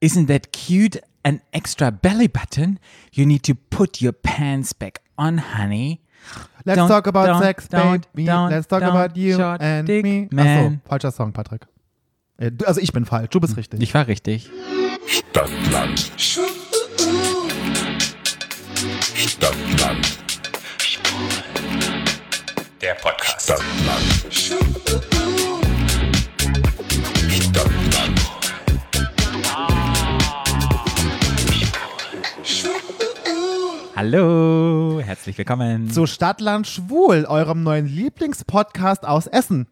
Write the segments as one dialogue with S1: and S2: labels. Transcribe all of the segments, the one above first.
S1: Isn't that cute? An extra belly button? You need to put your pants back on, honey.
S2: Let's
S1: Don't-
S2: talk about
S1: don't-
S2: sex,
S1: don't-
S2: baby.
S1: don't-
S2: Let's talk
S1: don't
S2: about you
S1: short
S2: and
S1: dick
S2: me. Achso,
S1: man.
S2: falscher Song, Patrick. Äh, du- Also ich bin falsch, du bist richtig.
S1: Ich war richtig.
S3: Stadtland. Stadtland.
S4: Der Podcast.
S3: Stadtland. Stadtland.
S1: Hallo, herzlich willkommen.
S2: Zu Stadtland Schwul, eurem neuen Lieblingspodcast aus Essen.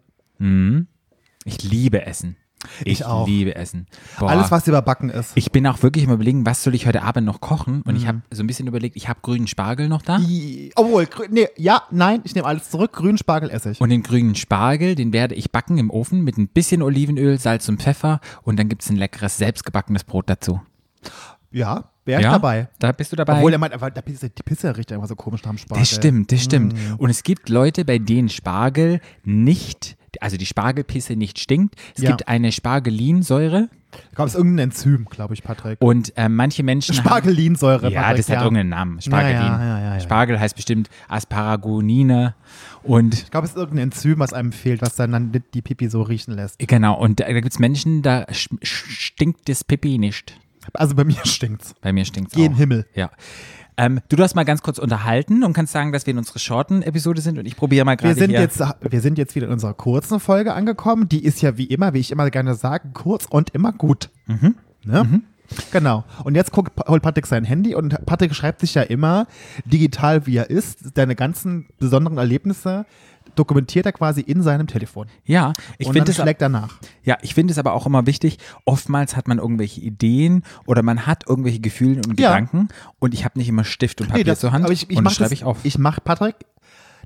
S1: Ich liebe Essen. Ich,
S2: auch.
S1: liebe Essen. Boah.
S2: Alles, was überbacken ist.
S1: Ich bin auch wirklich im Überlegen, was soll ich heute Abend noch kochen?
S2: Mhm.
S1: Und ich habe so ein bisschen überlegt, ich habe grünen Spargel noch da.
S2: I- Obwohl, grü- nee, ja, nein, ich nehme alles zurück. Grün Spargel esse ich.
S1: Und den grünen Spargel, den werde ich backen im Ofen mit ein bisschen Olivenöl, Salz und Pfeffer. Und dann gibt es ein leckeres, selbstgebackenes Brot dazu.
S2: ja, wäre ich dabei.
S1: Da bist du dabei.
S2: Obwohl, er meint, aber der Pizza, die Pizza riecht einfach so komisch nach dem Spargel. Mhm.
S1: Das stimmt, das stimmt. Und es gibt Leute, bei denen Spargel nicht, also die Spargelpisse nicht stinkt. Es
S2: Ja.
S1: gibt eine Spargelinsäure
S2: Da gab es irgendein Enzym, glaube ich, Patrick.
S1: und äh, manche Menschen haben,
S2: Spargelinsäure,
S1: Ja,
S2: Patrick,
S1: das hat irgendeinen Namen. Spargelin.
S2: Ja, ja, ja, ja, ja.
S1: Spargel heißt bestimmt Asparagonine und
S2: Ich glaube, es ist irgendein Enzym, was einem fehlt, was dann, dann die Pipi so riechen lässt.
S1: genau, und da, da gibt es Menschen, da sch- stinkt das Pipi nicht.
S2: Also bei mir stinkt's.
S1: Bei mir stinkt es
S2: Geh in
S1: auch.
S2: den Himmel.
S1: Ja. Ähm, du darfst mal ganz kurz unterhalten und kannst sagen, dass wir in unserer Shorten-Episode sind und ich probiere mal
S2: Wir
S1: gerade
S2: sind,
S1: hier.
S2: jetzt, wir sind jetzt wieder in unserer kurzen Folge angekommen. Die ist ja wie immer, wie ich immer gerne sage, kurz und immer gut.
S1: Mhm.
S2: Ne? Genau. Und jetzt guckt, holt Patrick sein Handy und Patrick schreibt sich ja immer, digital wie er ist, seine ganzen besonderen Erlebnisse dokumentiert er quasi in seinem Telefon.
S1: ja, ich
S2: und dann
S1: finde es
S2: schlägt er nach.
S1: Ja, ich finde es aber auch immer wichtig, oftmals hat man irgendwelche Ideen oder man hat irgendwelche Gefühle und
S2: Ja.
S1: Gedanken und ich habe nicht immer Stift und Papier
S2: das-
S1: zur Hand
S2: aber ich, ich
S1: und
S2: mach
S1: das schreibe
S2: das-
S1: ich auf.
S2: Ich mache, Patrick,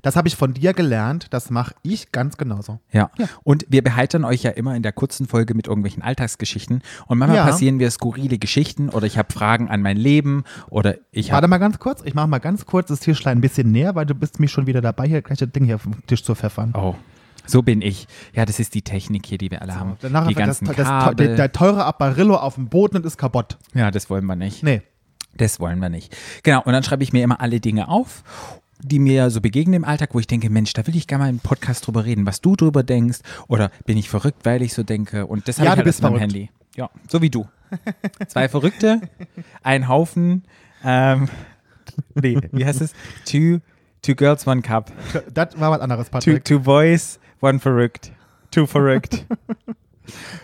S2: das habe ich von dir gelernt, das mache ich ganz genauso.
S1: ja. Und wir beheitern euch ja immer in der kurzen Folge mit irgendwelchen Alltagsgeschichten und manchmal
S2: Ja.
S1: passieren wir skurrile Geschichten oder ich habe Fragen an mein Leben oder ich
S2: Warte
S1: habe
S2: mal ganz kurz, ich mache mal ganz kurz das Tischlein ein bisschen näher, weil du bist mich schon wieder dabei, hier gleich das Ding hier vom Tisch zu pfeffern.
S1: Oh, so bin ich. Ja, das ist die Technik hier, die wir alle haben.
S2: Danach
S1: die
S2: einfach
S1: ganzen
S2: das, das,
S1: Kabel.
S2: der, der teure Apparillo auf dem Boden und ist kaputt.
S1: ja, das wollen wir nicht.
S2: Nee.
S1: Das wollen wir nicht. Genau, und dann schreibe ich mir immer alle Dinge auf, die mir so begegnen im Alltag, wo ich denke, Mensch, da will ich gerne mal im Podcast drüber reden, was du drüber denkst oder bin ich verrückt, weil ich so denke und das habe
S2: Ja,
S1: ich
S2: du
S1: halt
S2: bist
S1: auf meinem
S2: verrückt.
S1: Handy. Ja, so wie du. Zwei Verrückte, ein Haufen, ähm, nee, wie heißt es? Two, two girls, one cup.
S2: Das war was anderes,
S1: Two,
S2: Patrick.
S1: two boys, one verrückt. Two verrückt.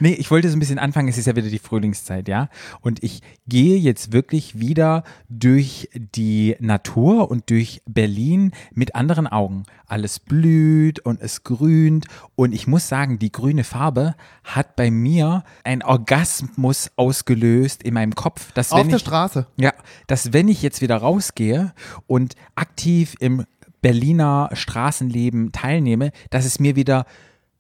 S1: nee, ich wollte so ein bisschen anfangen, es ist ja wieder die Frühlingszeit, ja. Und ich gehe jetzt wirklich wieder durch die Natur und durch Berlin mit anderen Augen. Alles blüht und es grünt. Und ich muss sagen, die grüne Farbe hat bei mir einen Orgasmus ausgelöst in meinem Kopf. Dass,
S2: Auf
S1: wenn
S2: der
S1: ich,
S2: Straße.
S1: ja, dass wenn ich jetzt wieder rausgehe und aktiv im Berliner Straßenleben teilnehme, dass es mir wieder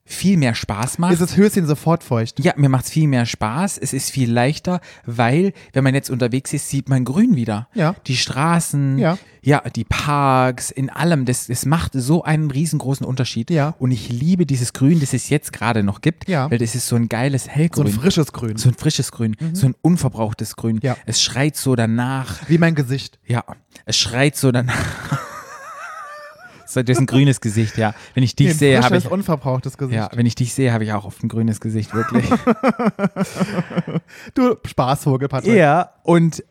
S1: viel mehr Spaß macht.
S2: Ist das Höschen sofort feucht.
S1: ja, mir macht es viel mehr Spaß, es ist viel leichter, weil wenn man jetzt unterwegs ist, sieht man grün wieder.
S2: Ja.
S1: Die Straßen,
S2: Ja.
S1: ja die Parks, in allem, das, das macht so einen riesengroßen Unterschied.
S2: Ja.
S1: Und ich liebe dieses Grün, das es jetzt gerade noch gibt,
S2: Ja.
S1: weil das ist so ein geiles
S2: So
S1: Hellgrün.
S2: ein frisches Grün.
S1: So ein frisches Grün, so ein unverbrauchtes Grün.
S2: Ja.
S1: Es schreit so danach.
S2: Wie mein Gesicht.
S1: Ja, es schreit so danach. so, du hast ein grünes Gesicht, ja. Wenn ich dich
S2: Nee, ein
S1: sehe, habe
S2: frisches,
S1: ich.
S2: unverbrauchtes Gesicht.
S1: Ja, wenn ich dich sehe, habe ich auch oft ein grünes Gesicht, wirklich.
S2: Du Spaßvogel, Patrick.
S1: Ja, und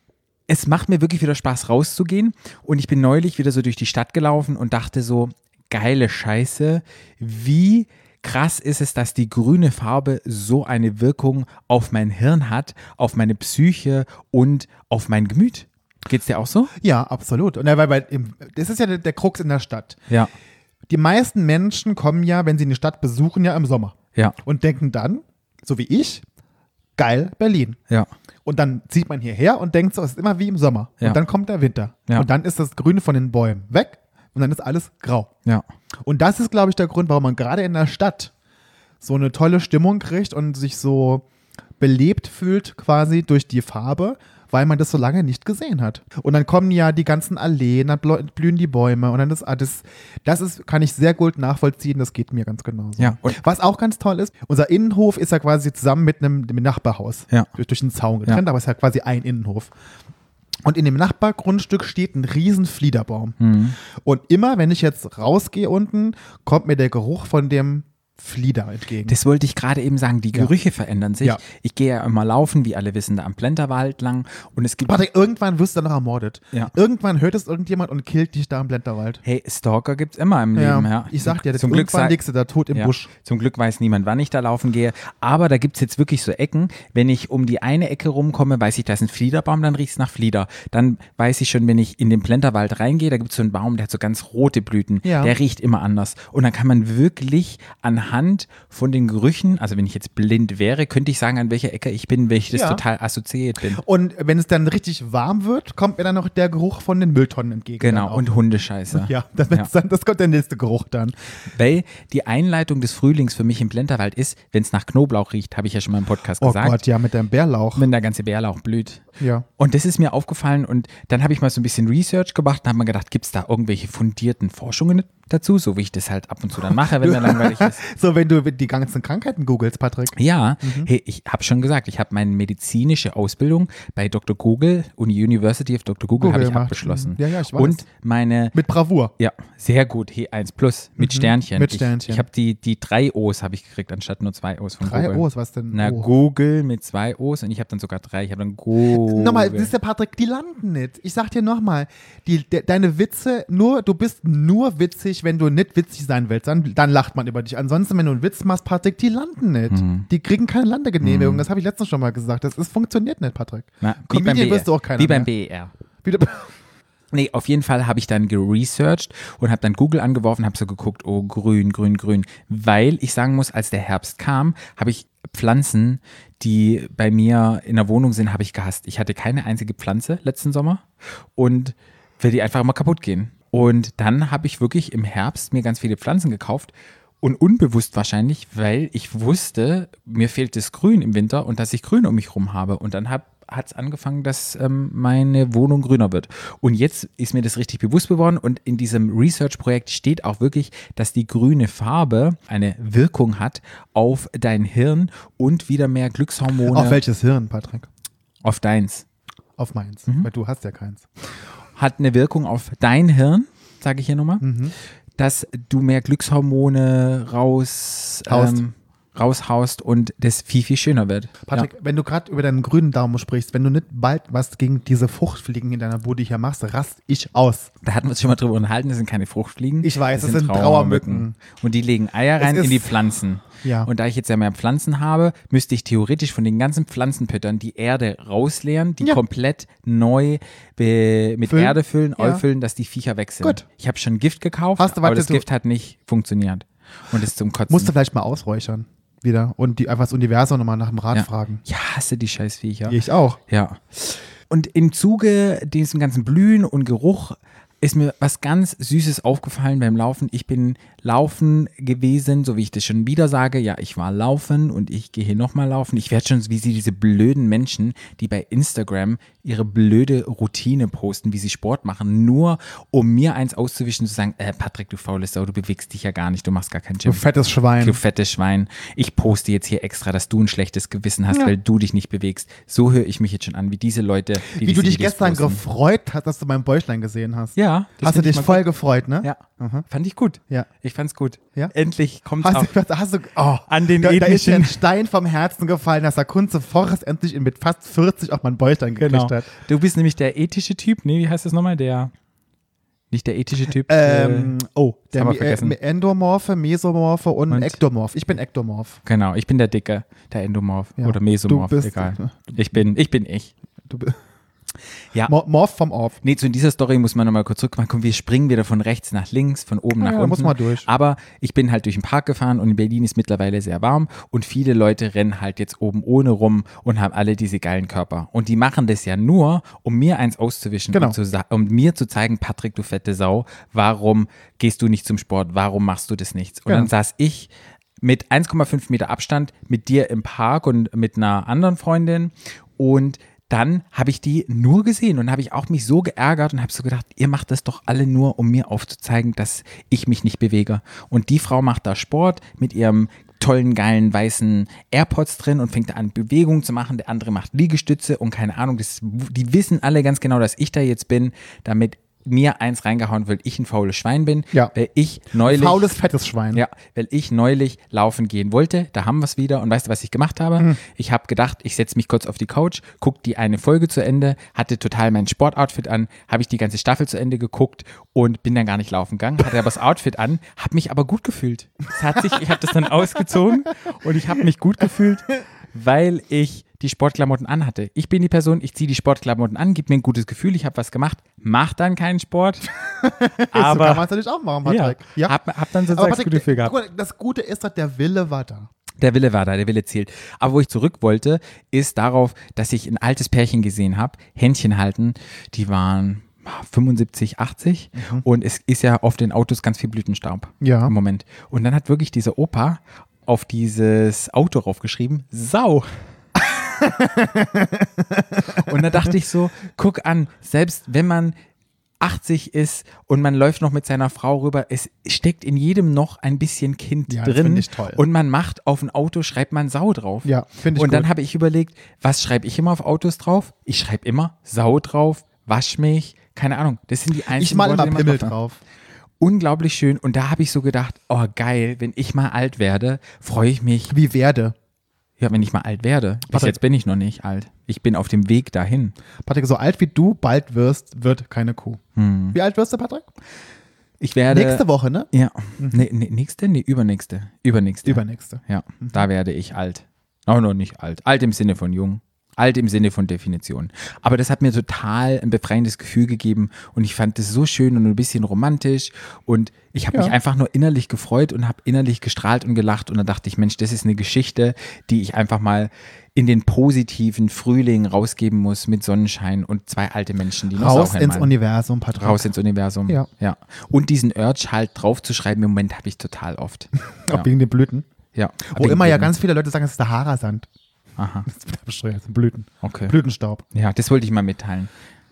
S1: es macht mir wirklich wieder Spaß, rauszugehen. Und ich bin neulich wieder so durch die Stadt gelaufen und dachte so, geile Scheiße, wie krass ist es, dass die grüne Farbe so eine Wirkung auf mein Hirn hat, auf meine Psyche und auf mein Gemüt. Geht's dir auch so?
S2: Ja, absolut. Und ja, weil, weil im, das ist ja der, der Krux in der Stadt.
S1: Ja.
S2: Die meisten Menschen kommen ja, wenn sie eine Stadt besuchen, ja im Sommer.
S1: Ja.
S2: Und denken dann, so wie ich, geil, Berlin.
S1: Ja.
S2: Und dann zieht man hierher und denkt so, es ist immer wie im Sommer.
S1: Ja.
S2: Und dann kommt der Winter.
S1: Ja.
S2: Und dann ist das Grüne von den Bäumen weg und dann ist alles grau.
S1: Ja.
S2: Und das ist, glaube ich, der Grund, warum man gerade in der Stadt so eine tolle Stimmung kriegt und sich so belebt fühlt quasi durch die Farbe, weil man das so lange nicht gesehen hat. Und dann kommen ja die ganzen Alleen, dann blö- blühen die Bäume und dann ist alles. Das ist, kann ich sehr gut nachvollziehen, das geht mir ganz genauso.
S1: Ja, und-
S2: Was auch ganz toll ist, unser Innenhof ist ja quasi zusammen mit einem, dem Nachbarhaus
S1: Ja.
S2: durch, durch einen Zaun getrennt,
S1: Ja.
S2: aber es ist ja quasi ein Innenhof. Und in dem Nachbargrundstück steht ein riesen Fliederbaum.
S1: Mhm.
S2: Und immer, wenn ich jetzt rausgehe unten, kommt mir der Geruch von dem Flieder entgegen.
S1: Das wollte ich gerade eben sagen. Die
S2: Mhm. Ja.
S1: Gerüche verändern sich.
S2: Ja.
S1: Ich gehe ja immer laufen, wie alle wissen, da am Plenterwald lang. Und es gibt.
S2: Patrick, irgendwann wirst du dann noch ermordet.
S1: Ja.
S2: Irgendwann hört es irgendjemand und killt dich da im Blenderwald.
S1: Hey, Stalker gibt's immer im Leben, ja.
S2: Ich sag dir, das
S1: zum Glück
S2: irgendwann
S1: sei,
S2: liegst du da tot im
S1: ja,
S2: Busch.
S1: Zum Glück weiß niemand, wann ich da laufen gehe. Aber da gibt's jetzt wirklich so Ecken. Wenn ich um die eine Ecke rumkomme, weiß ich, da ist ein Fliederbaum, dann riecht's nach Flieder. Dann weiß ich schon, wenn ich in den Plenterwald reingehe, da gibt's so einen Baum, der hat so ganz rote Blüten.
S2: Ja.
S1: Der riecht immer anders. Und dann kann man wirklich anhand von den Gerüchen, also wenn ich jetzt blind wäre, könnte ich sagen, an welcher Ecke ich bin, wenn ich das
S2: Ja.
S1: total assoziiert bin.
S2: Und wenn es dann richtig warm wird, kommt mir dann noch der Geruch von den Mülltonnen entgegen. dann
S1: Genau,
S2: auch.
S1: und Hundescheiße.
S2: ja, das, ist Dann, das kommt der nächste Geruch dann.
S1: Weil die Einleitung des Frühlings für mich im Blenderwald ist, wenn es nach Knoblauch riecht, habe ich ja schon mal im Podcast
S2: Oh
S1: gesagt,
S2: Gott, ja, mit deinem Bärlauch.
S1: wenn der ganze Bärlauch blüht.
S2: Ja.
S1: Und das ist mir aufgefallen und dann habe ich mal so ein bisschen Research gemacht und habe mir gedacht, gibt es da irgendwelche fundierten Forschungen dazu, so wie ich das halt ab und zu dann mache, wenn mir langweilig ist.
S2: So, wenn du die ganzen Krankheiten googelst, Patrick.
S1: Ja,
S2: Mhm.
S1: hey, ich habe schon gesagt, ich habe meine medizinische Ausbildung bei Dr. Google, Uni University of Dr. Google,
S2: Google
S1: habe ich
S2: gemacht.
S1: abgeschlossen.
S2: Ja, ja, ich weiß.
S1: Und meine
S2: Mit Bravour.
S1: Ja, sehr gut. He1 Plus mit Sternchen.
S2: Mhm. mit Sternchen.
S1: Ich, ich habe die, die drei O's habe ich gekriegt, anstatt nur zwei O's von
S2: Drei
S1: Google.
S2: O's, was denn?
S1: Na,
S2: Oh.
S1: Google mit zwei O's und ich habe dann sogar drei. Ich habe dann Google.
S2: Nochmal, siehst du, Patrick, die landen nicht. Ich sag dir nochmal, die, de, deine Witze, nur, du bist nur witzig, wenn du nicht witzig sein willst. Dann, dann lacht man über dich. Ansonsten, wenn du einen Witz machst, Patrick, die landen nicht.
S1: Mhm.
S2: Die kriegen keine Landegenehmigung. Das habe ich letztens schon mal gesagt. Das ist, funktioniert nicht, Patrick.
S1: Na, wie beim
S2: Comedian
S1: BR.
S2: wirst du auch keiner
S1: Wie beim
S2: mehr.
S1: BER.
S2: Wie du-
S1: Nee, auf jeden Fall habe ich dann geresearched und habe dann Google angeworfen, habe so geguckt, oh, grün, grün, grün. Weil ich sagen muss, als der Herbst kam, habe ich Pflanzen, die bei mir in der Wohnung sind, habe ich gehasst. Ich hatte keine einzige Pflanze letzten Sommer und will die einfach immer kaputt gehen. Und dann habe ich wirklich im Herbst mir ganz viele Pflanzen gekauft und unbewusst wahrscheinlich, weil ich wusste, mir fehlt das Grün im Winter und dass ich Grün um mich rum habe. Und dann habe hat es angefangen, dass ähm, meine Wohnung grüner wird. Und jetzt ist mir das richtig bewusst geworden und in diesem Research-Projekt steht auch wirklich, dass die grüne Farbe eine Wirkung hat auf dein Hirn und wieder mehr Glückshormone
S2: Auf welches Hirn, Patrick?
S1: auf deins.
S2: Auf meins.
S1: Mhm.
S2: Weil du hast ja keins.
S1: Hat eine Wirkung auf dein Hirn, sage ich hier nochmal,
S2: Mhm.
S1: dass du mehr Glückshormone raus,
S2: Haust.
S1: ähm, raushaust und das viel, viel schöner wird.
S2: Patrick, wenn du gerade über deinen grünen Daumen sprichst, wenn du nicht bald was gegen diese Fruchtfliegen in deiner Bude hier machst, rast ich aus.
S1: Da hatten wir uns schon mal drüber unterhalten, das sind keine Fruchtfliegen.
S2: Ich weiß,
S1: das
S2: das sind Trauermücken.
S1: Und die legen Eier rein
S2: Es
S1: in die
S2: ist-
S1: Pflanzen.
S2: Ja.
S1: Und da ich jetzt ja mehr Pflanzen habe, müsste ich theoretisch von den ganzen Pflanzenpöttern die Erde rausleeren, die
S2: Ja.
S1: komplett neu be- mit
S2: Füllen.
S1: Erde füllen,
S2: Ja.
S1: äufüln, dass die Viecher weg sind.
S2: Gut.
S1: Ich habe schon Gift gekauft,
S2: Hast du-
S1: aber
S2: warte,
S1: das
S2: du-
S1: Gift hat nicht funktioniert. Und ist zum Kotzen.
S2: Musst du vielleicht mal ausräuchern wieder und die, einfach das Universum nochmal nach dem Rat
S1: ja.
S2: fragen.
S1: Ja, hasse die scheiß Viecher.
S2: Ich auch.
S1: Ja. Und im Zuge diesem ganzen Blühen und Geruch ist mir was ganz Süßes aufgefallen beim Laufen. Ich bin laufen gewesen, so wie ich das schon wieder sage. Ja, ich war laufen und ich gehe hier nochmal laufen. Ich werde schon wie sie diese blöden Menschen, die bei Instagram ihre blöde Routine posten, wie sie Sport machen, nur um mir eins auszuwischen, zu sagen, äh, Patrick, du faules Sau, du bewegst dich ja gar nicht, du machst gar keinen Gym.
S2: Du fettes Schwein.
S1: Du fettes Schwein, ich poste jetzt hier extra, dass du ein schlechtes Gewissen hast,
S2: Ja.
S1: weil du dich nicht bewegst. So höre ich mich jetzt schon an, wie diese Leute, die
S2: Wie
S1: diese
S2: du dich
S1: Videos
S2: gestern
S1: posten.
S2: gefreut hast, dass du mein Bäuchlein gesehen hast.
S1: Ja, das
S2: Hast du
S1: find ich
S2: dich
S1: mal
S2: voll gefreut, ne?
S1: Ja, fand ich gut.
S2: Ja.
S1: Ich fand's gut.
S2: Ja.
S1: Endlich kommt's auch.
S2: Hast du, hast du, oh,
S1: An den
S2: da, da ist dir
S1: ethnischen-
S2: ein Stein vom Herzen gefallen, dass der Kunze Forrest endlich mit fast 40 auch mal ein Bäuchlein gekriegt
S1: Genau.
S2: hat.
S1: Du bist nämlich der ethische Typ. Nee, wie heißt das nochmal? Der. Nicht der ethische Typ.
S2: Ähm,
S1: äh,
S2: oh, der
S1: haben wir
S2: Me-
S1: vergessen.
S2: äh, Endomorphe, Mesomorphe und,
S1: Und?
S2: Ektomorph. Ich bin Ektomorph.
S1: genau, ich bin der Dicke, der Endomorph
S2: Ja.
S1: oder Mesomorph,
S2: Du bist-
S1: egal. Ich bin, ich bin ich.
S2: Du, bi-
S1: Ja.
S2: Mor- Morph vom Orph.
S1: Nee, zu dieser Story muss man nochmal kurz zurückmachen. Komm, wir springen wieder von rechts nach links, von oben
S2: Ah Ja,
S1: nach
S2: da
S1: unten.
S2: muss man durch.
S1: Aber ich bin halt durch den Park gefahren und in Berlin ist mittlerweile sehr warm und viele Leute rennen halt jetzt oben ohne rum und haben alle diese geilen Körper. Und die machen das ja nur, um mir eins auszuwischen
S2: Genau.
S1: und, zu, sa- um mir zu zeigen, Patrick, du fette Sau, warum gehst du nicht zum Sport? Warum machst du das nicht? Und
S2: Genau.
S1: dann saß ich mit 1,5 Meter Abstand mit dir im Park und mit einer anderen Freundin und dann habe ich die nur gesehen und habe ich auch mich so geärgert und habe so gedacht, ihr macht das doch alle nur, um mir aufzuzeigen, dass ich mich nicht bewege. Und die Frau macht da Sport mit ihrem tollen, geilen, weißen AirPods drin und fängt an, Bewegungen zu machen. Der andere macht Liegestütze und keine Ahnung. Das, die wissen alle ganz genau, dass ich da jetzt bin, damit mir eins reingehauen wird, ich ein faules Schwein bin,
S2: Ja.
S1: weil ich neulich...
S2: Faules, fettes Schwein.
S1: Ja, weil ich neulich laufen gehen wollte, da haben wir es wieder. Und weißt du, was ich gemacht habe?
S2: Hm.
S1: Ich habe gedacht, ich setze mich kurz auf die Couch, guck die eine Folge zu Ende, hatte total mein Sportoutfit an, habe ich die ganze Staffel zu Ende geguckt und bin dann gar nicht laufen gegangen, hatte aber das Outfit an, habe mich aber gut gefühlt. Es hat sich, ich habe das dann ausgezogen und ich habe mich gut gefühlt, weil ich die Sportklamotten anhatte. Ich bin die Person, ich ziehe die Sportklamotten an, gibt mir ein gutes Gefühl, ich habe was gemacht, mach dann keinen Sport.
S2: so kann man
S1: Aber
S2: es natürlich auch machen,
S1: ja,
S2: Patrick.
S1: hab, hab dann sozusagen
S2: Aber
S1: das
S2: Patrick, äh,
S1: gute Gefühl gehabt.
S2: guck mal, das Gute ist, dass der Wille war da.
S1: Der Wille war da, der Wille zählt. Aber wo ich zurück wollte, ist darauf, dass ich ein altes Pärchen gesehen habe, Händchen halten, die waren 75, 80 und es ist ja auf den Autos ganz viel Blütenstaub
S2: Mhm. Ja.
S1: im Moment. Und dann hat wirklich dieser Opa auf dieses Auto raufgeschrieben, Sau. und da dachte ich so, guck an, selbst wenn man 80 ist und man läuft noch mit seiner Frau rüber, es steckt in jedem noch ein bisschen Kind
S2: Ja, das
S1: drin
S2: finde ich toll.
S1: und man macht auf ein Auto, schreibt man Sau drauf.
S2: Ja, finde ich
S1: Und dann
S2: gut.
S1: habe ich überlegt, was schreibe ich immer auf Autos drauf? Ich schreibe immer Sau drauf, Waschmilch, keine Ahnung. Das sind die einzigen
S2: Ich mal
S1: Worte,
S2: immer
S1: die man
S2: Pimmel
S1: drauf macht.
S2: drauf.
S1: Unglaublich schön. Und da habe ich so gedacht, oh geil, wenn ich mal alt werde, freue ich mich.
S2: Wie werde.
S1: Ja, wenn ich mal alt werde. Bis
S2: Warte.
S1: jetzt bin ich noch nicht alt. Ich bin auf dem Weg dahin.
S2: Patrick, so alt wie du bald wirst, wird keine Kuh.
S1: Hm.
S2: Wie alt wirst du, Patrick?
S1: Ich werde.
S2: Nächste Woche, ne?
S1: Ja. Nee, nee, nächste? Nee, übernächste. Übernächste.
S2: Übernächste.
S1: Ja, da werde ich alt. Auch noch nicht alt. Alt im Sinne von jung. Alt im Sinne von Definition. Aber das hat mir total ein befreiendes Gefühl gegeben und ich fand das so schön und ein bisschen romantisch und ich habe
S2: Ja.
S1: mich einfach nur innerlich gefreut und habe innerlich gestrahlt und gelacht und dann dachte ich, Mensch, das ist eine Geschichte, die ich einfach mal in den positiven Frühling rausgeben muss mit Sonnenschein und zwei alte Menschen, die noch
S2: Raus
S1: Sau
S2: ins
S1: hämmern.
S2: Universum, Patrick.
S1: Raus ins Universum.
S2: Ja.
S1: ja. Und diesen Urge halt draufzuschreiben, im Moment habe ich total oft.
S2: Auch wegen den Blüten.
S1: ja.
S2: Wo immer ja ganz viele Leute sagen, es ist Sahara-Sand.
S1: Aha.
S2: Das ist bescheuert, das sind Blüten.
S1: Okay.
S2: Blütenstaub.
S1: Ja, das wollte ich mal mitteilen.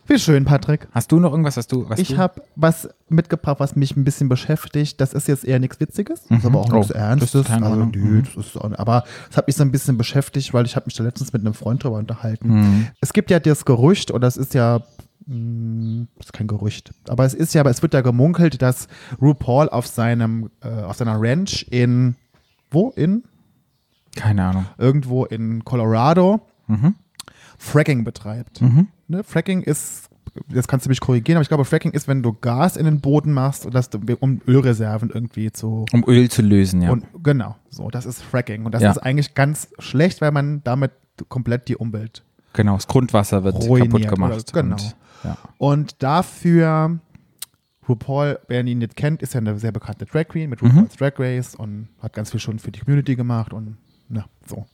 S2: Wie schön, Patrick.
S1: Hast du noch irgendwas, was du. Was
S2: Ich
S1: du?
S2: habe was mitgebracht, was mich ein bisschen beschäftigt. Das ist jetzt eher nichts Witziges, ist aber auch
S1: Oh,
S2: nichts
S1: das ist
S2: Ernstes.
S1: keine
S2: also,
S1: Ahnung. Mhm.
S2: nö, das ist auch, aber es hat mich so ein bisschen beschäftigt, weil ich habe mich da letztens mit einem Freund drüber unterhalten.
S1: Mhm. Hm,
S2: Es gibt ja das Gerücht, und das ist ja mh, das ist kein Gerücht, aber es ist ja, aber es wird ja gemunkelt, dass RuPaul auf seinem, äh, auf seiner Ranch in wo in
S1: Keine Ahnung.
S2: irgendwo in Colorado
S1: Mhm.
S2: Fracking betreibt. Ne? Fracking ist, das kannst du mich korrigieren, aber ich glaube, Fracking ist, wenn du Gas in den Boden machst, und das, um Ölreserven irgendwie zu.
S1: Um Öl zu lösen, ja.
S2: Und genau, so, das ist Fracking. Und das
S1: Ja.
S2: ist eigentlich ganz schlecht, weil man damit komplett die Umwelt
S1: genau, das Grundwasser wird
S2: Ruiniert
S1: kaputt
S2: oder-
S1: gemacht.
S2: genau.
S1: Und, ja.
S2: Und dafür, RuPaul, wer ihn nicht kennt, ist ja eine sehr bekannte Drag Queen mit
S1: Mhm.
S2: RuPaul's Drag Race und hat ganz viel schon für die Community gemacht und na, so.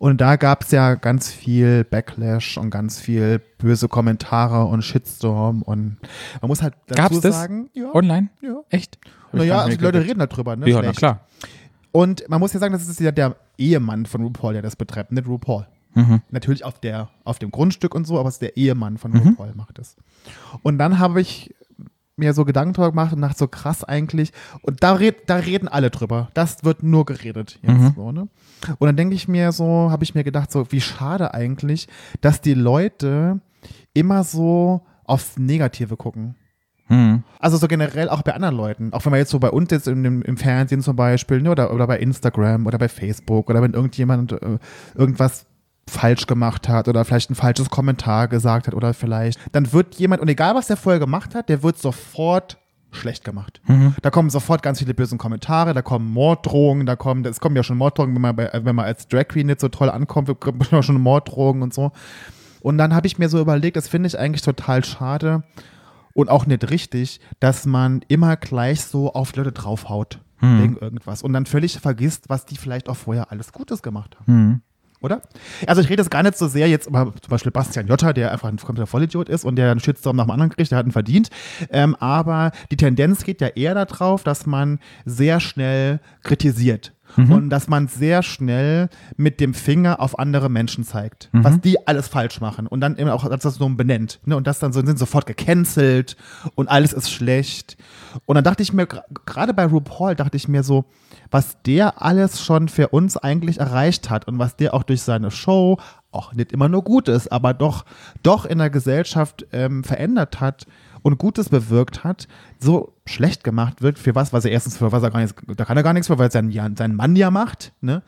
S2: Und da gab es ja ganz viel Backlash und ganz viel böse Kommentare und Shitstorm und man muss halt dazu
S1: Gab's das?
S2: sagen, ja,
S1: Online?
S2: ja.
S1: Echt? Hab ich gar
S2: Naja,
S1: nicht
S2: also die
S1: mitgekriegt.
S2: Leute reden darüber, ne?
S1: Ja, na
S2: schlecht.
S1: klar.
S2: Und man muss ja sagen, das ist ja der Ehemann von RuPaul, der das betreibt, nicht RuPaul. Natürlich auf, der, auf dem Grundstück und so, aber es ist der Ehemann von RuPaul macht das. Und dann habe ich mir so Gedanken drüber gemacht und dachte so krass eigentlich. Und da, red, da reden alle drüber. Das wird nur geredet jetzt so, ne? Und dann denke ich mir so, habe ich mir gedacht so, wie schade eigentlich, dass die Leute immer so aufs Negative gucken.
S1: Hm.
S2: Also so generell auch bei anderen Leuten. Auch wenn man jetzt so bei uns jetzt in, dem- im Fernsehen zum Beispiel ne, oder, oder bei Instagram oder bei Facebook oder wenn irgendjemand äh, irgendwas falsch gemacht hat oder vielleicht ein falsches Kommentar gesagt hat oder vielleicht, dann wird jemand, und egal was der vorher gemacht hat, der wird sofort schlecht gemacht. Da kommen sofort ganz viele böse Kommentare, da kommen Morddrohungen, da kommen, es kommen ja schon Morddrohungen, wenn man, bei, wenn man als Drag Queen nicht so toll ankommt, wir bekommen schon Morddrohungen und so. Und dann habe ich mir so überlegt, das finde ich eigentlich total schade, und auch nicht richtig, dass man immer gleich so auf die Leute draufhaut wegen irgendwas und dann völlig vergisst, was die vielleicht auch vorher alles Gutes gemacht haben. Oder? Also ich rede jetzt gar nicht so sehr jetzt über zum Beispiel Bastian Jotta, der einfach ein kompletter Vollidiot ist und der einen Shitstorm nach dem anderen kriegt, der hat ihn verdient. Ähm, aber die Tendenz geht ja eher darauf, dass man sehr schnell kritisiert. und dass man sehr schnell mit dem Finger auf andere Menschen zeigt, was die alles falsch machen und dann eben auch dass das so benennt ne? und das dann so sind sofort gecancelt und alles ist schlecht und dann dachte ich mir gra- gerade bei RuPaul dachte ich mir so, was der alles schon für uns eigentlich erreicht hat und was der auch durch seine Show auch nicht immer nur gut ist, aber doch doch in der Gesellschaft ähm, verändert hat und Gutes bewirkt hat, so schlecht gemacht wird für was, was er erstens für was er gar nichts, da kann er gar nichts für, weil es sein, ja, sein Mann ja macht, ne?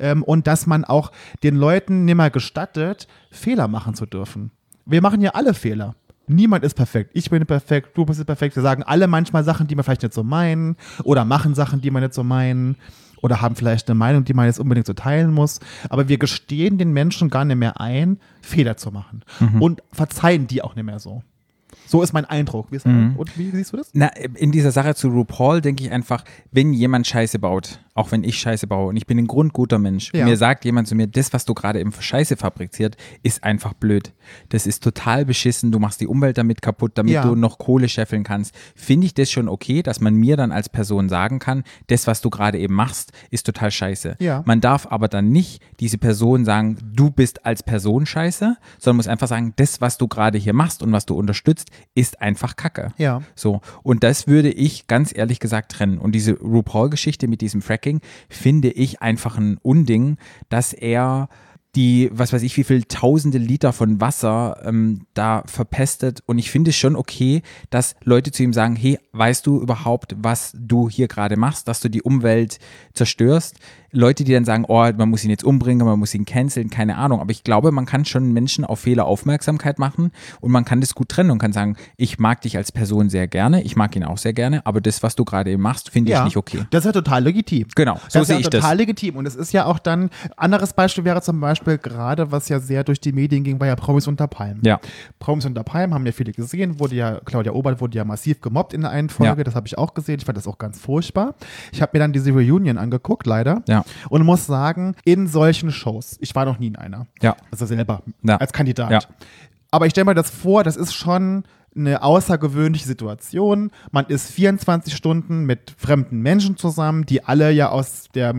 S2: Ähm, und dass man auch den Leuten nimmer gestattet, Fehler machen zu dürfen. Wir machen ja alle Fehler. Niemand ist perfekt. Ich bin nicht perfekt, du bist nicht perfekt. Wir sagen alle manchmal Sachen, die wir vielleicht nicht so meinen oder machen Sachen, die wir nicht so meinen oder haben vielleicht eine Meinung, die man jetzt unbedingt so teilen muss. Aber wir gestehen den Menschen gar nicht mehr ein, Fehler zu machen
S1: Mhm.
S2: und verzeihen die auch nicht mehr so. So ist mein Eindruck. Wie, ist
S1: Mhm.
S2: und wie siehst du das?
S1: Na, in dieser Sache zu RuPaul denke ich einfach, wenn jemand Scheiße baut, auch wenn ich Scheiße baue und ich bin ein grundguter Mensch,
S2: Ja.
S1: und mir sagt jemand zu mir, das, was du gerade im Scheiße fabriziert, ist einfach blöd. Das ist total beschissen, du machst die Umwelt damit kaputt, damit
S2: Ja.
S1: du noch Kohle scheffeln kannst. Finde ich das schon okay, dass man mir dann als Person sagen kann, das, was du gerade eben machst, ist total scheiße.
S2: Ja.
S1: Man darf aber dann nicht diese Person sagen, du bist als Person scheiße, sondern muss einfach sagen, das, was du gerade hier machst und was du unterstützt, ist einfach Kacke.
S2: Ja.
S1: So. Und das würde ich ganz ehrlich gesagt trennen. Und diese RuPaul-Geschichte mit diesem Fracking finde ich einfach ein Unding, dass er die, was weiß ich, wie viel tausende Liter von Wasser ähm, da verpestet. Und ich finde es schon okay, dass Leute zu ihm sagen, hey, weißt du überhaupt, was du hier gerade machst, dass du die Umwelt zerstörst? Leute, die dann sagen, oh, man muss ihn jetzt umbringen, man muss ihn canceln, keine Ahnung. Aber ich glaube, man kann schon Menschen auf Fehler Aufmerksamkeit machen und man kann das gut trennen und kann sagen, ich mag dich als Person sehr gerne, ich mag ihn auch sehr gerne, aber das, was du gerade eben machst, finde ich nicht okay.
S2: Das ist ja total legitim.
S1: Genau, so
S2: das ist
S1: sehe
S2: ja
S1: ich das.
S2: total legitim. Und es ist ja auch dann, anderes Beispiel wäre zum Beispiel gerade, was ja sehr durch die Medien ging, war ja Promis unter Palmen.
S1: Ja.
S2: Promis unter Palmen haben ja viele gesehen, wurde ja, Claudia Obert wurde ja massiv gemobbt in der einen Folge,
S1: Ja.
S2: das habe ich auch gesehen, ich fand das auch ganz furchtbar. Ich habe mir dann diese Reunion angeguckt, leider,
S1: Ja.
S2: und muss sagen, in solchen Shows, ich war noch nie in einer,
S1: Ja.
S2: also selber,
S1: Ja.
S2: als Kandidat.
S1: Ja.
S2: Aber ich stelle mir das vor, das ist schon eine außergewöhnliche Situation. Man ist 24 Stunden mit fremden Menschen zusammen, die alle ja aus der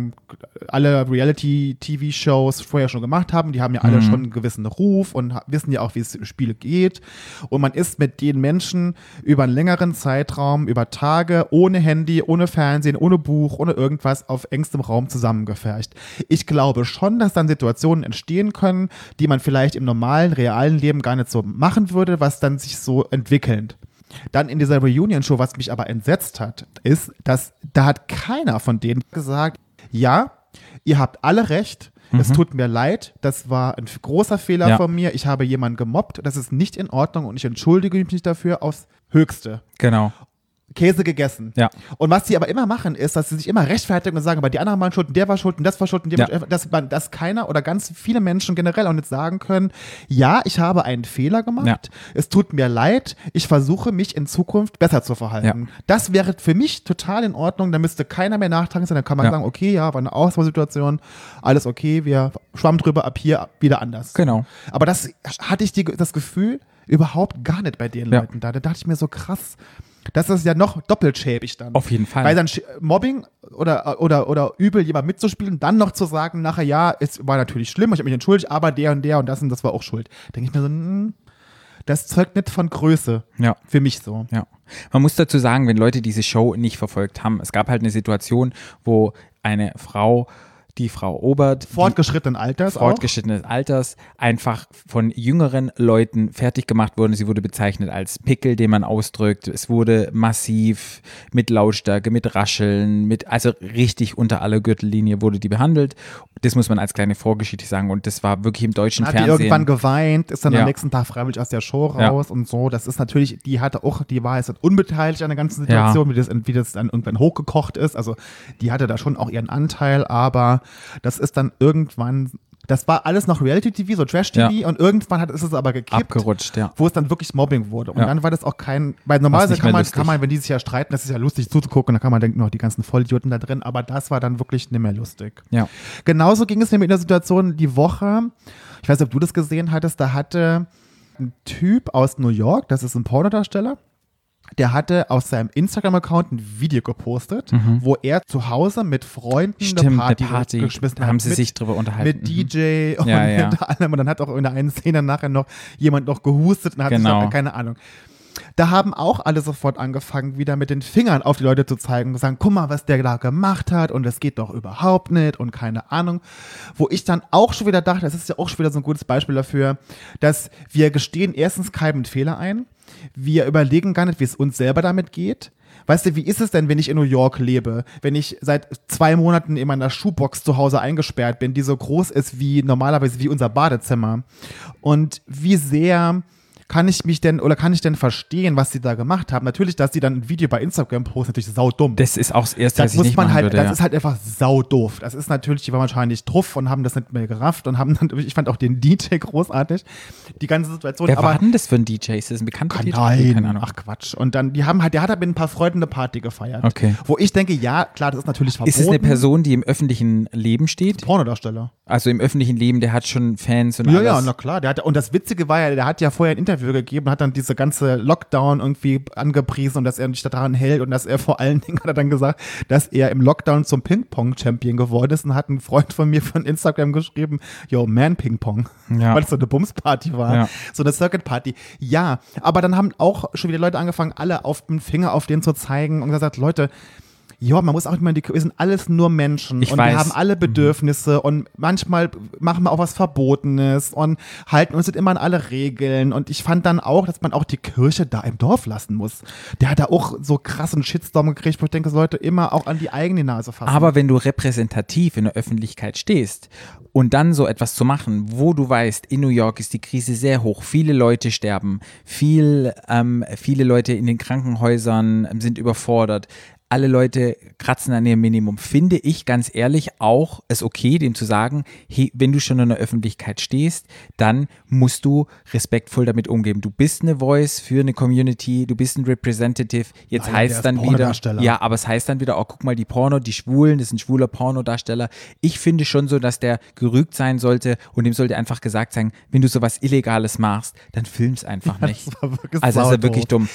S2: alle Reality-TV-Shows vorher schon gemacht haben. Die haben ja alle schon einen gewissen Ruf und ha- wissen ja auch, wie es Spiele geht. Und man ist mit den Menschen über einen längeren Zeitraum, über Tage, ohne Handy, ohne Fernsehen, ohne Buch, ohne irgendwas auf engstem Raum zusammengefercht. Ich glaube schon, dass dann Situationen entstehen können, die man vielleicht im normalen, realen Leben gar nicht so machen würde, was dann sich so entwickelnd. Dann in dieser Reunion-Show, was mich aber entsetzt hat, ist, dass da hat keiner von denen gesagt, ja, ihr habt alle recht, es tut mir leid, das war ein f- großer Fehler
S1: Ja.
S2: von mir, ich habe jemanden gemobbt, das ist nicht in Ordnung und ich entschuldige mich dafür aufs Höchste.
S1: Genau.
S2: Käse gegessen.
S1: Ja.
S2: Und was sie aber immer machen, ist, dass sie sich immer rechtfertigen und sagen, aber die anderen waren schuld und der war schuld und das war schuld und der
S1: Ja.
S2: war schuld. Dass, man, dass keiner oder ganz viele Menschen generell auch nicht sagen können, ja, ich habe einen Fehler gemacht,
S1: Ja.
S2: es tut mir leid, ich versuche mich in Zukunft besser zu verhalten. Das wäre für mich total in Ordnung, da müsste keiner mehr nachtragen, sondern kann man
S1: Ja.
S2: sagen, okay, ja, war eine Auswahlsituation, alles okay, wir schwamm drüber, ab hier wieder anders.
S1: Genau.
S2: Aber das hatte ich die, das Gefühl überhaupt gar nicht bei den
S1: Ja.
S2: Leuten da. Da dachte ich mir so krass. Das ist ja noch doppelt schäbig dann.
S1: Auf jeden Fall.
S2: Weil dann sch- Mobbing oder, oder, oder übel jemand mitzuspielen, dann noch zu sagen, nachher, ja, es war natürlich schlimm, ich habe mich entschuldigt, aber der und der und das und das war auch schuld. Denke ich mir so, hm, das zeugt nicht von Größe.
S1: Ja.
S2: Für mich so.
S1: Ja. Man muss dazu sagen, wenn Leute diese Show nicht verfolgt haben, es gab halt eine Situation, wo eine Frau, die Frau Obert, die
S2: Fortgeschrittenen Alters auch.
S1: fortgeschrittenes Alters einfach von jüngeren Leuten fertig gemacht wurden. Sie wurde bezeichnet als Pickel, den man ausdrückt. Es wurde massiv mit Lautstärke, mit Rascheln, mit also richtig unter aller Gürtellinie wurde die behandelt. Das muss man als kleine Vorgeschichte sagen und das war wirklich im deutschen
S2: Dann hat die
S1: Fernsehen.
S2: irgendwann geweint, ist dann
S1: Ja.
S2: am nächsten Tag freiwillig aus der Show
S1: Ja.
S2: raus und so. Das ist natürlich, die hatte auch, die war jetzt unbeteiligt an der ganzen Situation, wie, das, wie das dann irgendwann hochgekocht ist. Also die hatte da schon auch ihren Anteil, aber das ist dann irgendwann, das war alles noch Reality-TV, so Trash-TV
S1: Ja.
S2: und irgendwann hat, ist es aber gekippt.
S1: Abgerutscht, ja.
S2: Wo es dann wirklich Mobbing wurde. Und
S1: Ja.
S2: dann war das auch kein, weil normalerweise
S1: nicht
S2: kann
S1: mehr
S2: man,
S1: lustig.
S2: kann man, wenn die sich ja streiten, das ist ja lustig zuzugucken, dann kann man denken, noch die ganzen Vollidioten da drin, aber das war dann wirklich nicht mehr lustig.
S1: ja.
S2: Genauso ging es mir mit einer Situation die Woche. Ich weiß nicht, ob du das gesehen hattest. Da hatte ein Typ aus New York, das ist ein Pornodarsteller, der hatte auf seinem Instagram-Account ein Video gepostet, wo er zu Hause mit Freunden eine
S1: Mhm. Stimmt,
S2: Party,
S1: eine Party.
S2: geschmissen
S1: Da
S2: hat.
S1: haben sie
S2: mit,
S1: sich drüber unterhalten.
S2: Mit
S1: Mhm.
S2: DJ und
S1: Ja, ja.
S2: unter anderem. Und dann hat auch in der einen Szene nachher noch jemand noch gehustet und hat
S1: Genau.
S2: sich noch, keine Ahnung. Da haben auch alle sofort angefangen, wieder mit den Fingern auf die Leute zu zeigen und zu sagen, guck mal, was der da gemacht hat und das geht doch überhaupt nicht und keine Ahnung. Wo ich dann auch schon wieder dachte, das ist ja auch schon wieder so ein gutes Beispiel dafür, dass wir gestehen erstens keinen Fehler ein, wir überlegen gar nicht, wie es uns selber damit geht. Weißt du, wie ist es denn, wenn ich in New York lebe, wenn ich seit zwei Monaten in meiner Schuhbox zu Hause eingesperrt bin, die so groß ist wie normalerweise wie unser Badezimmer? Und wie sehr kann ich mich denn oder kann ich denn verstehen, was sie da gemacht haben? Natürlich, dass sie dann ein Video bei Instagram posten, natürlich saudumm.
S1: Das ist auch das Erste,
S2: das
S1: was ich
S2: muss
S1: nicht
S2: man
S1: machen
S2: halt,
S1: würde.
S2: das
S1: ja.
S2: ist halt einfach saudoof. Das ist natürlich, die waren wahrscheinlich drauf und haben das nicht mehr gerafft und haben dann, ich fand auch den DJ großartig, die ganze Situation.
S1: Wer
S2: aber
S1: war denn das für ein DJ? Ist das ein bekannter
S2: kann
S1: DJ?
S2: nein.
S1: Keine Ahnung.
S2: Ach Quatsch. Und dann, die haben halt, der hat halt mit ein paar Freunden eine Party gefeiert.
S1: Okay.
S2: Wo ich denke, ja, klar, das ist natürlich verboten.
S1: ist es eine Person, die im öffentlichen Leben steht?
S2: Pornodarsteller.
S1: Also im öffentlichen Leben, der hat schon Fans und
S2: Ja,
S1: alles.
S2: ja, na klar. Der hat, und das Witzige war ja, der hat ja vorher ein Interview gegeben, hat dann diese ganze Lockdown irgendwie angepriesen und dass er sich daran hält und dass er vor allen Dingen hat er dann gesagt, dass er im Lockdown zum Ping-Pong-Champion geworden ist und hat ein Freund von mir von Instagram geschrieben, yo, man Ping-Pong.
S1: Ja.
S2: Weil es so eine Bums-Party war.
S1: Ja.
S2: So eine Circuit-Party. Ja, aber dann haben auch schon wieder Leute angefangen, alle auf den Finger auf den zu zeigen und gesagt, Leute, ja, man muss auch immer in die wir sind alles nur Menschen
S1: Ich
S2: und
S1: weiß.
S2: wir haben alle Bedürfnisse und manchmal machen wir auch was Verbotenes und halten uns nicht immer an alle Regeln und ich fand dann auch, dass man auch die Kirche da im Dorf lassen muss. Der hat da auch so krassen Shitstorm gekriegt, wo ich denke, es sollte immer auch an die eigene Nase fassen.
S1: Aber wenn du repräsentativ in der Öffentlichkeit stehst und dann so etwas zu machen, wo du weißt, in New York ist die Krise sehr hoch, viele Leute sterben, viel, ähm, viele Leute in den Krankenhäusern ähm, sind überfordert, alle Leute kratzen an ihrem Minimum, finde ich ganz ehrlich auch es okay, dem zu sagen, hey, wenn du schon in der Öffentlichkeit stehst, dann musst du respektvoll damit umgehen. Du bist eine Voice für eine Community, du bist ein Representative. Jetzt
S2: Nein, der
S1: heißt
S2: ist
S1: dann wieder,
S2: Pornodarsteller.
S1: ja, Ah, aber es heißt dann wieder, oh, guck mal, die Porno, die Schwulen, das ist ein schwuler Pornodarsteller. Ich finde schon so, dass der gerügt sein sollte und dem sollte einfach gesagt sein, wenn du sowas Illegales machst, dann film's einfach nicht.
S2: das war wirklich
S1: also das ist
S2: saudoof.
S1: er wirklich dumm.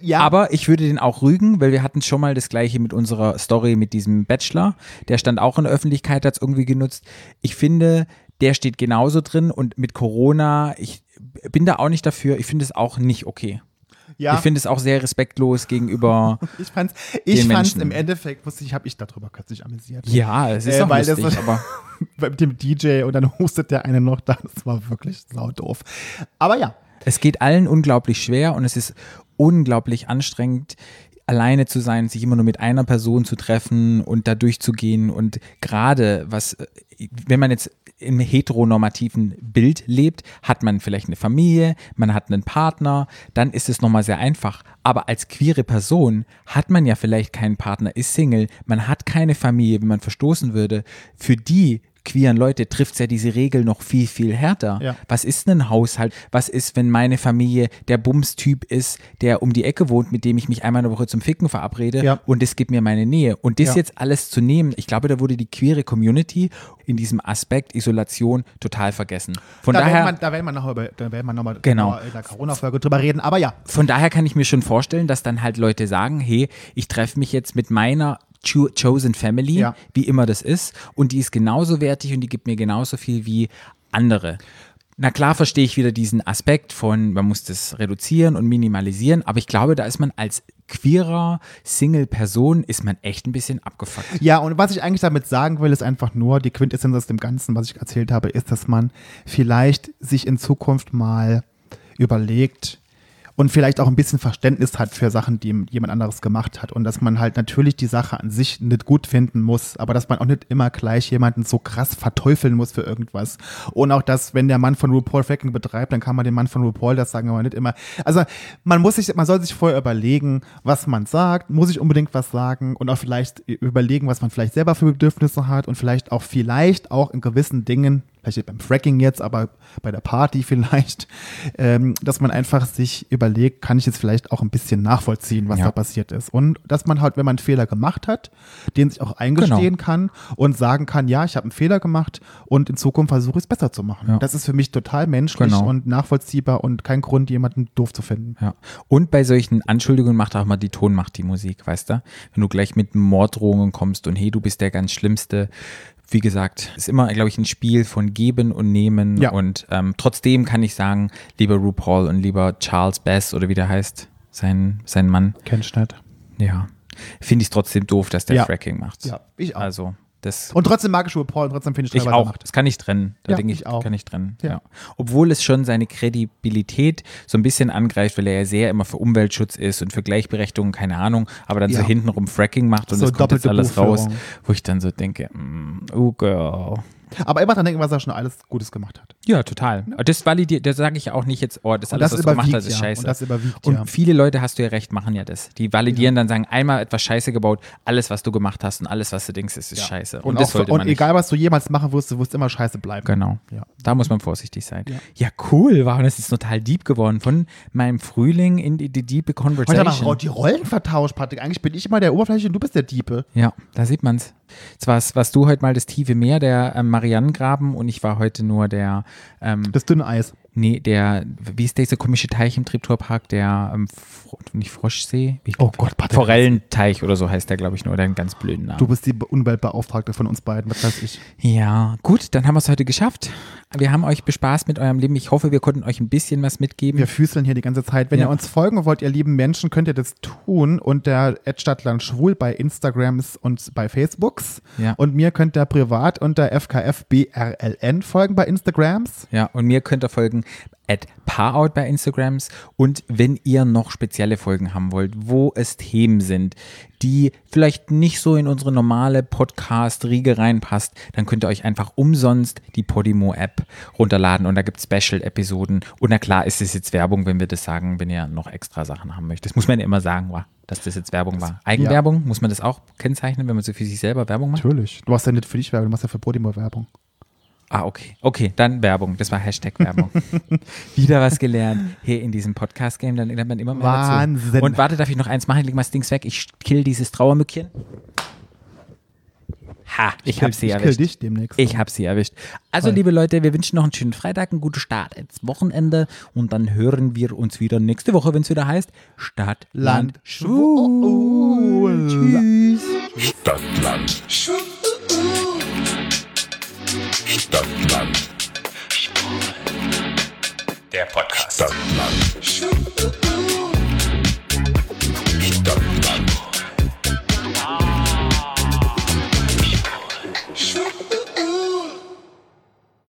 S2: Ja.
S1: Aber ich würde den auch rügen, weil wir hatten schon mal das gleiche mit unserer Story mit diesem Bachelor. Der stand auch in der Öffentlichkeit, hat es irgendwie genutzt. Ich finde, der steht genauso drin und mit Corona, ich bin da auch nicht dafür. Ich finde es auch nicht okay.
S2: ja,
S1: Ich finde es auch sehr respektlos gegenüber
S2: ich fand's, ich
S1: den
S2: fand's
S1: Menschen.
S2: im Endeffekt, muss ich, habe ich darüber kürzlich amüsiert.
S1: Ja, es ist
S2: Äh,
S1: auch
S2: weil das
S1: lustig,
S2: ist-
S1: aber
S2: Mit dem DJ und dann hustet der eine noch da. Das war wirklich saudoof. Aber ja,
S1: es geht allen unglaublich schwer und es ist unglaublich anstrengend, alleine zu sein, sich immer nur mit einer Person zu treffen und da durchzugehen und gerade was, äh, wenn man jetzt im heteronormativen Bild lebt, hat man vielleicht eine Familie, man hat einen Partner, dann ist es nochmal sehr einfach. Aber als queere Person hat man ja vielleicht keinen Partner, ist Single, man hat keine Familie, wenn man verstoßen würde. Für die queeren Leute trifft ja diese Regel noch viel, viel härter.
S2: Ja.
S1: Was ist ein Haushalt? Was ist, wenn meine Familie der Bums-Typ ist, der um die Ecke wohnt, mit dem ich mich einmal in der Woche zum Ficken verabrede
S2: Ja.
S1: und es gibt mir meine Nähe? Und das
S2: Ja.
S1: jetzt alles zu nehmen, ich glaube, da wurde die queere Community in diesem Aspekt Isolation total vergessen. Von
S2: da
S1: daher.
S2: werden wir, da werden wir noch über, da werden wir noch mal
S1: Genau.
S2: genauer in der Corona-Folge drüber reden. Aber ja,
S1: von daher kann ich mir schon vorstellen, dass dann halt Leute sagen, hey, ich treffe mich jetzt mit meiner Cho Chosen Family,
S2: Ja.
S1: wie immer das ist, und die ist genauso wertig und die gibt mir genauso viel wie andere. Na klar verstehe ich wieder diesen Aspekt von, man muss das reduzieren und minimalisieren, aber ich glaube, da ist man als queerer Single-Person, ist man echt ein bisschen abgefuckt.
S2: ja, und was ich eigentlich damit sagen will, ist einfach nur, die Quintessenz aus dem Ganzen, was ich erzählt habe, ist, dass man vielleicht sich in Zukunft mal überlegt und vielleicht auch ein bisschen Verständnis hat für Sachen, die jemand anderes gemacht hat. Und dass man halt natürlich die Sache an sich nicht gut finden muss, aber dass man auch nicht immer gleich jemanden so krass verteufeln muss für irgendwas. Und auch, dass, wenn der Mann von RuPaul Fracking betreibt, dann kann man dem Mann von RuPaul das sagen, aber nicht immer. Also man muss sich, man soll sich vorher überlegen, was man sagt, muss ich unbedingt was sagen und auch vielleicht überlegen, was man vielleicht selber für Bedürfnisse hat und vielleicht auch, vielleicht auch in gewissen Dingen vielleicht nicht beim Fracking jetzt, aber bei der Party vielleicht, ähm, dass man einfach sich überlegt, kann ich jetzt vielleicht auch ein bisschen nachvollziehen, was
S1: Ja.
S2: da passiert ist. Und dass man halt, wenn man einen Fehler gemacht hat, den sich auch eingestehen
S1: Genau.
S2: kann und sagen kann, ja, ich habe einen Fehler gemacht und in Zukunft versuche ich es besser zu machen.
S1: Ja.
S2: Das ist für mich total menschlich
S1: Genau.
S2: und nachvollziehbar und kein Grund, jemanden doof zu finden.
S1: Ja. Und bei solchen Anschuldigungen macht auch mal die Tonmacht die Musik, weißt du? Wenn du gleich mit Morddrohungen kommst und hey, du bist der ganz Schlimmste. Wie gesagt, ist immer, glaube ich, ein Spiel von Geben und Nehmen.
S2: Ja.
S1: Und ähm, trotzdem kann ich sagen, lieber RuPaul und lieber Charles Bass oder wie der heißt, sein, sein Mann,
S2: Kennst du nicht.
S1: ja, finde ich es trotzdem doof, dass der
S2: Ja.
S1: Fracking macht.
S2: Ja, ich auch.
S1: Also, das
S2: Und trotzdem mag ich Schuhe Paul und trotzdem finde ich
S1: ich
S2: Schreiber
S1: auch.
S2: Macht.
S1: Das kann ich trennen. Da
S2: Ja,
S1: denke ich,
S2: ich auch.
S1: kann ich trennen. Ja.
S2: Ja.
S1: Obwohl es schon seine Kredibilität so ein bisschen angreift, weil er ja sehr immer für Umweltschutz ist und für Gleichberechtigung, keine Ahnung, aber dann so
S2: Ja.
S1: hintenrum Fracking macht und
S2: So
S1: es kommt jetzt
S2: doppelte
S1: alles raus,
S2: Buchführung.
S1: wo ich dann so denke, mm, oh girl.
S2: Aber immer dran denken, was er schon alles Gutes gemacht hat.
S1: Ja, total. Das validiert, da sage ich ja auch nicht jetzt, oh, das alles,
S2: das
S1: was du gemacht
S2: überwiegt,
S1: hast, ist
S2: ja.
S1: scheiße.
S2: Und das überwiegt,
S1: Und
S2: ja.
S1: viele Leute, hast du ja recht, machen ja das. Die validieren dann, sagen, einmal etwas scheiße gebaut, alles, was du gemacht hast und alles, was du denkst, ist, ist scheiße.
S2: Und,
S1: das
S2: auch,
S1: sollte
S2: und
S1: man nicht.
S2: egal, was du jemals machen wirst, du wirst immer scheiße bleiben.
S1: Genau.
S2: Ja.
S1: Da muss man vorsichtig sein. Ja, cool, wow, das ist total deep geworden. Von meinem Frühling in die, die deep
S2: Heute haben wir
S1: Conversation.
S2: auch oh, die Rollen vertauscht, Patrick. Eigentlich bin ich immer der Oberfläche und du bist der Diepe.
S1: Ja, da sieht man's. Jetzt war's, warst du heute mal das tiefe Meer, der ähm, Marianengraben und ich war heute nur der, ähm,
S2: Das dünne Eis.
S1: nee, der, wie ist dieser komische Teich im Triptorpark, der, ähm, Fro nicht Froschsee? Ich
S2: Oh Gott, Patrick.
S1: Forellenteich oder so heißt der, glaube ich, nur, oder einen ganz blöden Namen.
S2: Du bist die Be- Umweltbeauftragte von uns beiden, was weiß ich.
S1: Ja, gut, dann haben wir es heute geschafft. Wir haben euch bespaßt mit eurem Leben. Ich hoffe, wir konnten euch ein bisschen was mitgeben.
S2: Wir füßeln hier die ganze Zeit. Wenn
S1: Ja.
S2: ihr uns folgen wollt, ihr lieben Menschen, könnt ihr das tun unter Stadtland schwul bei Instagrams und bei Facebooks.
S1: Ja.
S2: Und mir könnt ihr privat unter FKFBRLN folgen bei Instagrams.
S1: Ja, und mir könnt ihr folgen at Paarout bei Instagrams. Und wenn ihr noch spezielle Folgen haben wollt, wo es Themen sind, die vielleicht nicht so in unsere normale Podcast-Riege reinpasst, dann könnt ihr euch einfach umsonst die Podimo-App runterladen und da gibt es Special-Episoden. Und na klar ist es jetzt Werbung, wenn wir das sagen, wenn ihr noch extra Sachen haben möchtet. Das muss man ja immer sagen, wa, dass das jetzt Werbung war. Eigenwerbung, muss man das auch kennzeichnen, wenn man so für sich selber Werbung macht?
S2: Natürlich. Du machst ja nicht für dich Werbung, du machst ja für Podimo Werbung.
S1: Ah, okay. Okay, dann Werbung. Das war Hashtag Werbung. Wieder was gelernt. Hier in diesem Podcast-Game, dann lernt man immer mehr
S2: Wahnsinn.
S1: dazu. Und warte, darf ich noch eins machen? Ich leg mal das Dings weg. Ich kill dieses Trauermückchen. Ha, ich, hab sie
S2: ich kill
S1: erwischt.
S2: dich demnächst.
S1: Ich hab sie erwischt. Also, liebe Leute, wir wünschen noch einen schönen Freitag, einen guten Start ins Wochenende und dann hören wir uns wieder nächste Woche, wenn es wieder heißt Stadt, Land,
S2: Land,
S1: Schwul.
S2: Schwul.
S1: Tschüss.
S3: Stadtland. Stadtland. Der Podcast.